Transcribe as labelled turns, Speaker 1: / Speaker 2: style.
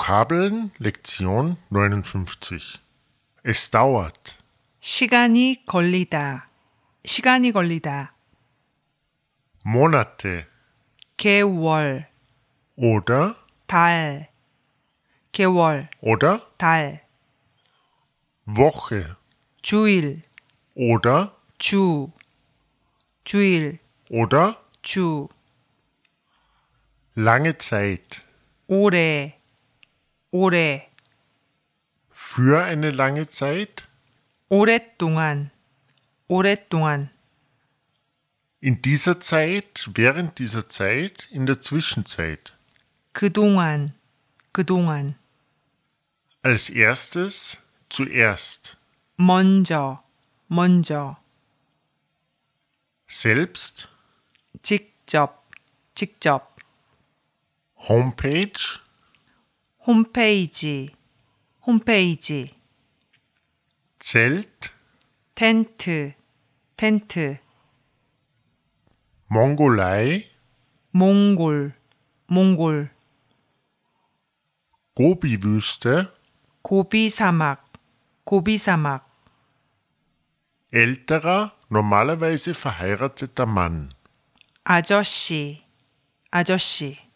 Speaker 1: Vokabeln Lektion 59. Es dauert.
Speaker 2: 시간이 걸리다. 시간이 걸리다.
Speaker 1: Monate
Speaker 2: 개월,
Speaker 1: oder
Speaker 2: 달. 개월,
Speaker 1: oder
Speaker 2: 달.
Speaker 1: Woche
Speaker 2: 주일,
Speaker 1: oder
Speaker 2: 주. 주일,
Speaker 1: oder
Speaker 2: 주.
Speaker 1: lange Zeit.
Speaker 2: 오래, 오래.
Speaker 1: Für eine lange Zeit.
Speaker 2: 오랫동안, 오랫동안.
Speaker 1: In dieser Zeit, während dieser Zeit, in der Zwischenzeit.
Speaker 2: 그동안, 그동안.
Speaker 1: Als erstes, zuerst.
Speaker 2: 먼저, 먼저.
Speaker 1: Selbst,
Speaker 2: 직접, 직접.
Speaker 1: Homepage,
Speaker 2: 홈페이지, 홈페이지.
Speaker 1: Zelt,
Speaker 2: 텐트, 텐트,
Speaker 1: Mongolei,
Speaker 2: 몽골, 몽골,
Speaker 1: Gobi-Wüste,
Speaker 2: 고비 사막, 고비 사막,
Speaker 1: älterer, normalerweise verheirateter Mann.
Speaker 2: 아저씨, 아저씨.